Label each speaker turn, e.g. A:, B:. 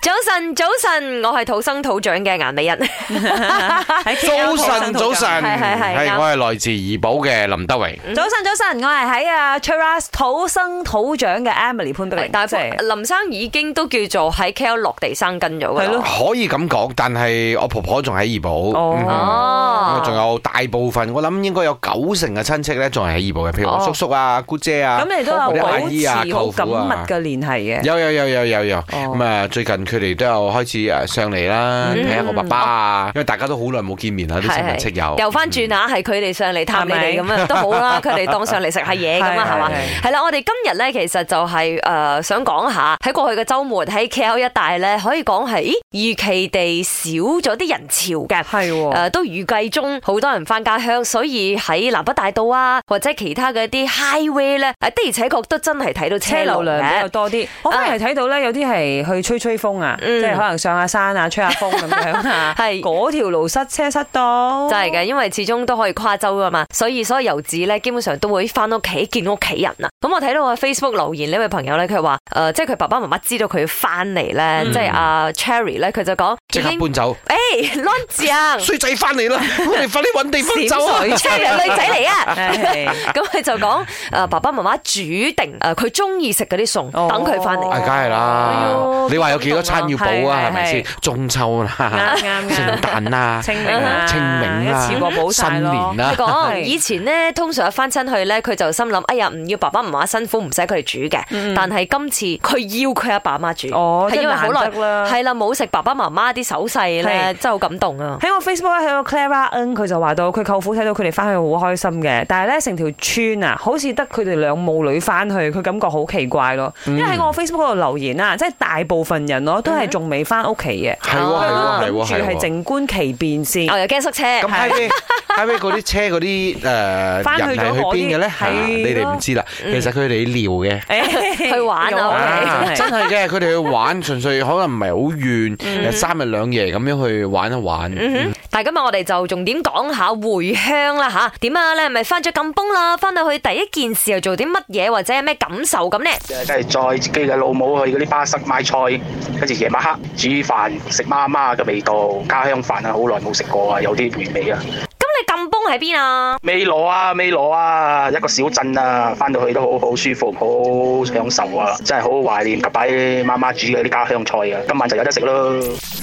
A: 早晨，早晨，我係土生土長嘅顏美 欣。
B: 早晨，早晨，
A: 係係
B: 係
A: 啱
B: 我係來自怡保嘅林德榮。
C: 早晨，早晨，我係喺啊 Cheras 土生土長嘅 Emily 潘碧玲，
A: 但
C: 即
A: 係
C: 係
A: 林生已經都叫做喺 KL 落地生根咗㗎
C: 係
A: 啦
C: 咯。
B: 可以咁講，但係我婆婆仲喺怡保，嗯哼咁啊
A: 哦
B: 仲有大部分，我諗應該有九成嘅親戚咧，仲係喺怡保嘅，譬如我
A: 哦
B: 叔叔啊、姑姐啊，
C: 咁你都有
B: 我
C: 保
B: 啲阿姨
C: 持
B: 啊
C: 好
B: 舅
C: 緊
B: 父啊
C: 密嘅聯繫嘅。
B: 有有有有有
A: 哦
B: 有，咁啊最近佢哋都有開始誒上嚟啦，
A: 嗯
B: 睇下我爸爸啊，因為大家都好耐冇見面啦，啲親
A: 係
B: 朋戚友。
A: 又翻轉啊，係佢哋上嚟探你哋
C: 係咪
A: 咁啊，都好 啦，佢哋當上嚟食下嘢咁啊，
C: 係
A: 係嘛
C: 係？
A: 係啦，我哋今日咧其實就係、呃想講下喺過去嘅週末喺 KL 一帶咧，可以講係咦預期地少咗啲人潮嘅。
C: 係
A: 誒、
C: 喎，
A: 呃都預計中好多人翻家鄉，所以喺南北大道啊，或者其他嘅一啲 highway 咧，誒的而且確都真係睇到
C: 車
A: 車流
C: 流量比較
A: 嘅。
C: 多啲。啊我反而係睇到咧，有啲係去吹吹風啊，
A: 嗯。
C: 即係可能上下山啊，吹下風咁樣啊
A: 係
C: 嗰條路塞車塞到，
A: 真係嘅，因為始終都可以跨州噶嘛，所以所有遊子咧，基本上都會翻屋企見屋企人啊。咁我睇到個 Facebook 留言呢位朋友咧，佢話誒，即係佢爸爸媽媽知道佢要翻嚟咧，即係阿 Cherry 咧，佢就講
B: 即
A: 已
B: 刻
A: 經嗯哎
B: 搬走，
A: 誒 l o n g 啊，
B: 衰仔翻嚟 啦！我哋快啲揾地方走啊！
A: ，Cherry 女仔嚟 啊！
C: 係
A: 咁佢就講誒、呃爸爸媽媽煮定誒佢中意食嗰啲餸，
C: 哦
A: 等佢翻嚟。
B: 啊，梗係
A: 哎
B: 啦
A: 呦！
B: 你話有幾多餐要補啊？
C: 係
B: 係咪
C: 係
B: 先？中秋啦
C: 啱，啱
B: 聖
C: 啱。
B: 誕啦，嗯
C: 清明啊，
B: 清明啦
C: 一次過補
B: 新
C: 晒咯
B: 年。啦
A: 佢。講
C: 係
A: 以前咧，通常一翻親去咧，佢就心諗：哎呀，唔要爸爸媽媽辛苦，唔使佢哋煮嘅。但係今次佢要佢阿爸媽煮，
C: 哦
A: 係因為好耐
C: 真係難得啦
A: 係啦，冇食爸爸媽媽啲手勢咧，
C: 係
A: 真係好感動啊！
C: 喺我 Facebook 咧，睇到 Clara N 佢就話到佢舅父睇到佢哋翻去好開心嘅，但係咧成條村啊，好似得佢哋兩母女翻去，佢感覺好奇怪咯。因為喺我 Facebook 嗰度留言啊，即係大部分人咯都係仲未翻屋企嘅，
B: 係喎係喎啊係
C: 啊諗
B: 喎
C: 住係
B: 係喎。
C: 靜觀其變先。
A: 我又哎驚塞車，
B: 咁 highway highway 嗰啲車 嗰啲誒人
C: 翻去咗
B: 係去邊嘅
C: 嗰啲
B: 咧？
C: 嗯
B: 嚇你哋唔知啦。其實佢哋撩嘅。
C: 去
A: 去玩啊
B: 啊
A: OK
B: 真係嘅，佢哋去玩，純粹可能唔係好遠，
C: 嗯
B: 日三日兩夜咁樣去玩一玩。
A: 嗯哼但係今日我哋就重點講下回鄉啦吓，點啊？你係咪翻咗禁崩啦？翻到去第一件事又做啲乜嘢，或者有咩感受咁呢？
D: 跟住載自己嘅老母去嗰啲巴塞買菜，跟住夜晚黑煮飯食媽媽嘅味道，家鄉飯啊，好耐冇食過啊，有啲回味啊！
A: 咁你禁崩喺邊啊？
D: 美羅啊，美羅啊，一個小鎮啊，翻到去都好好舒服，好享受啊！真係好懷念近排媽媽煮嘅啲家鄉菜啊，今晚就有得食咯〜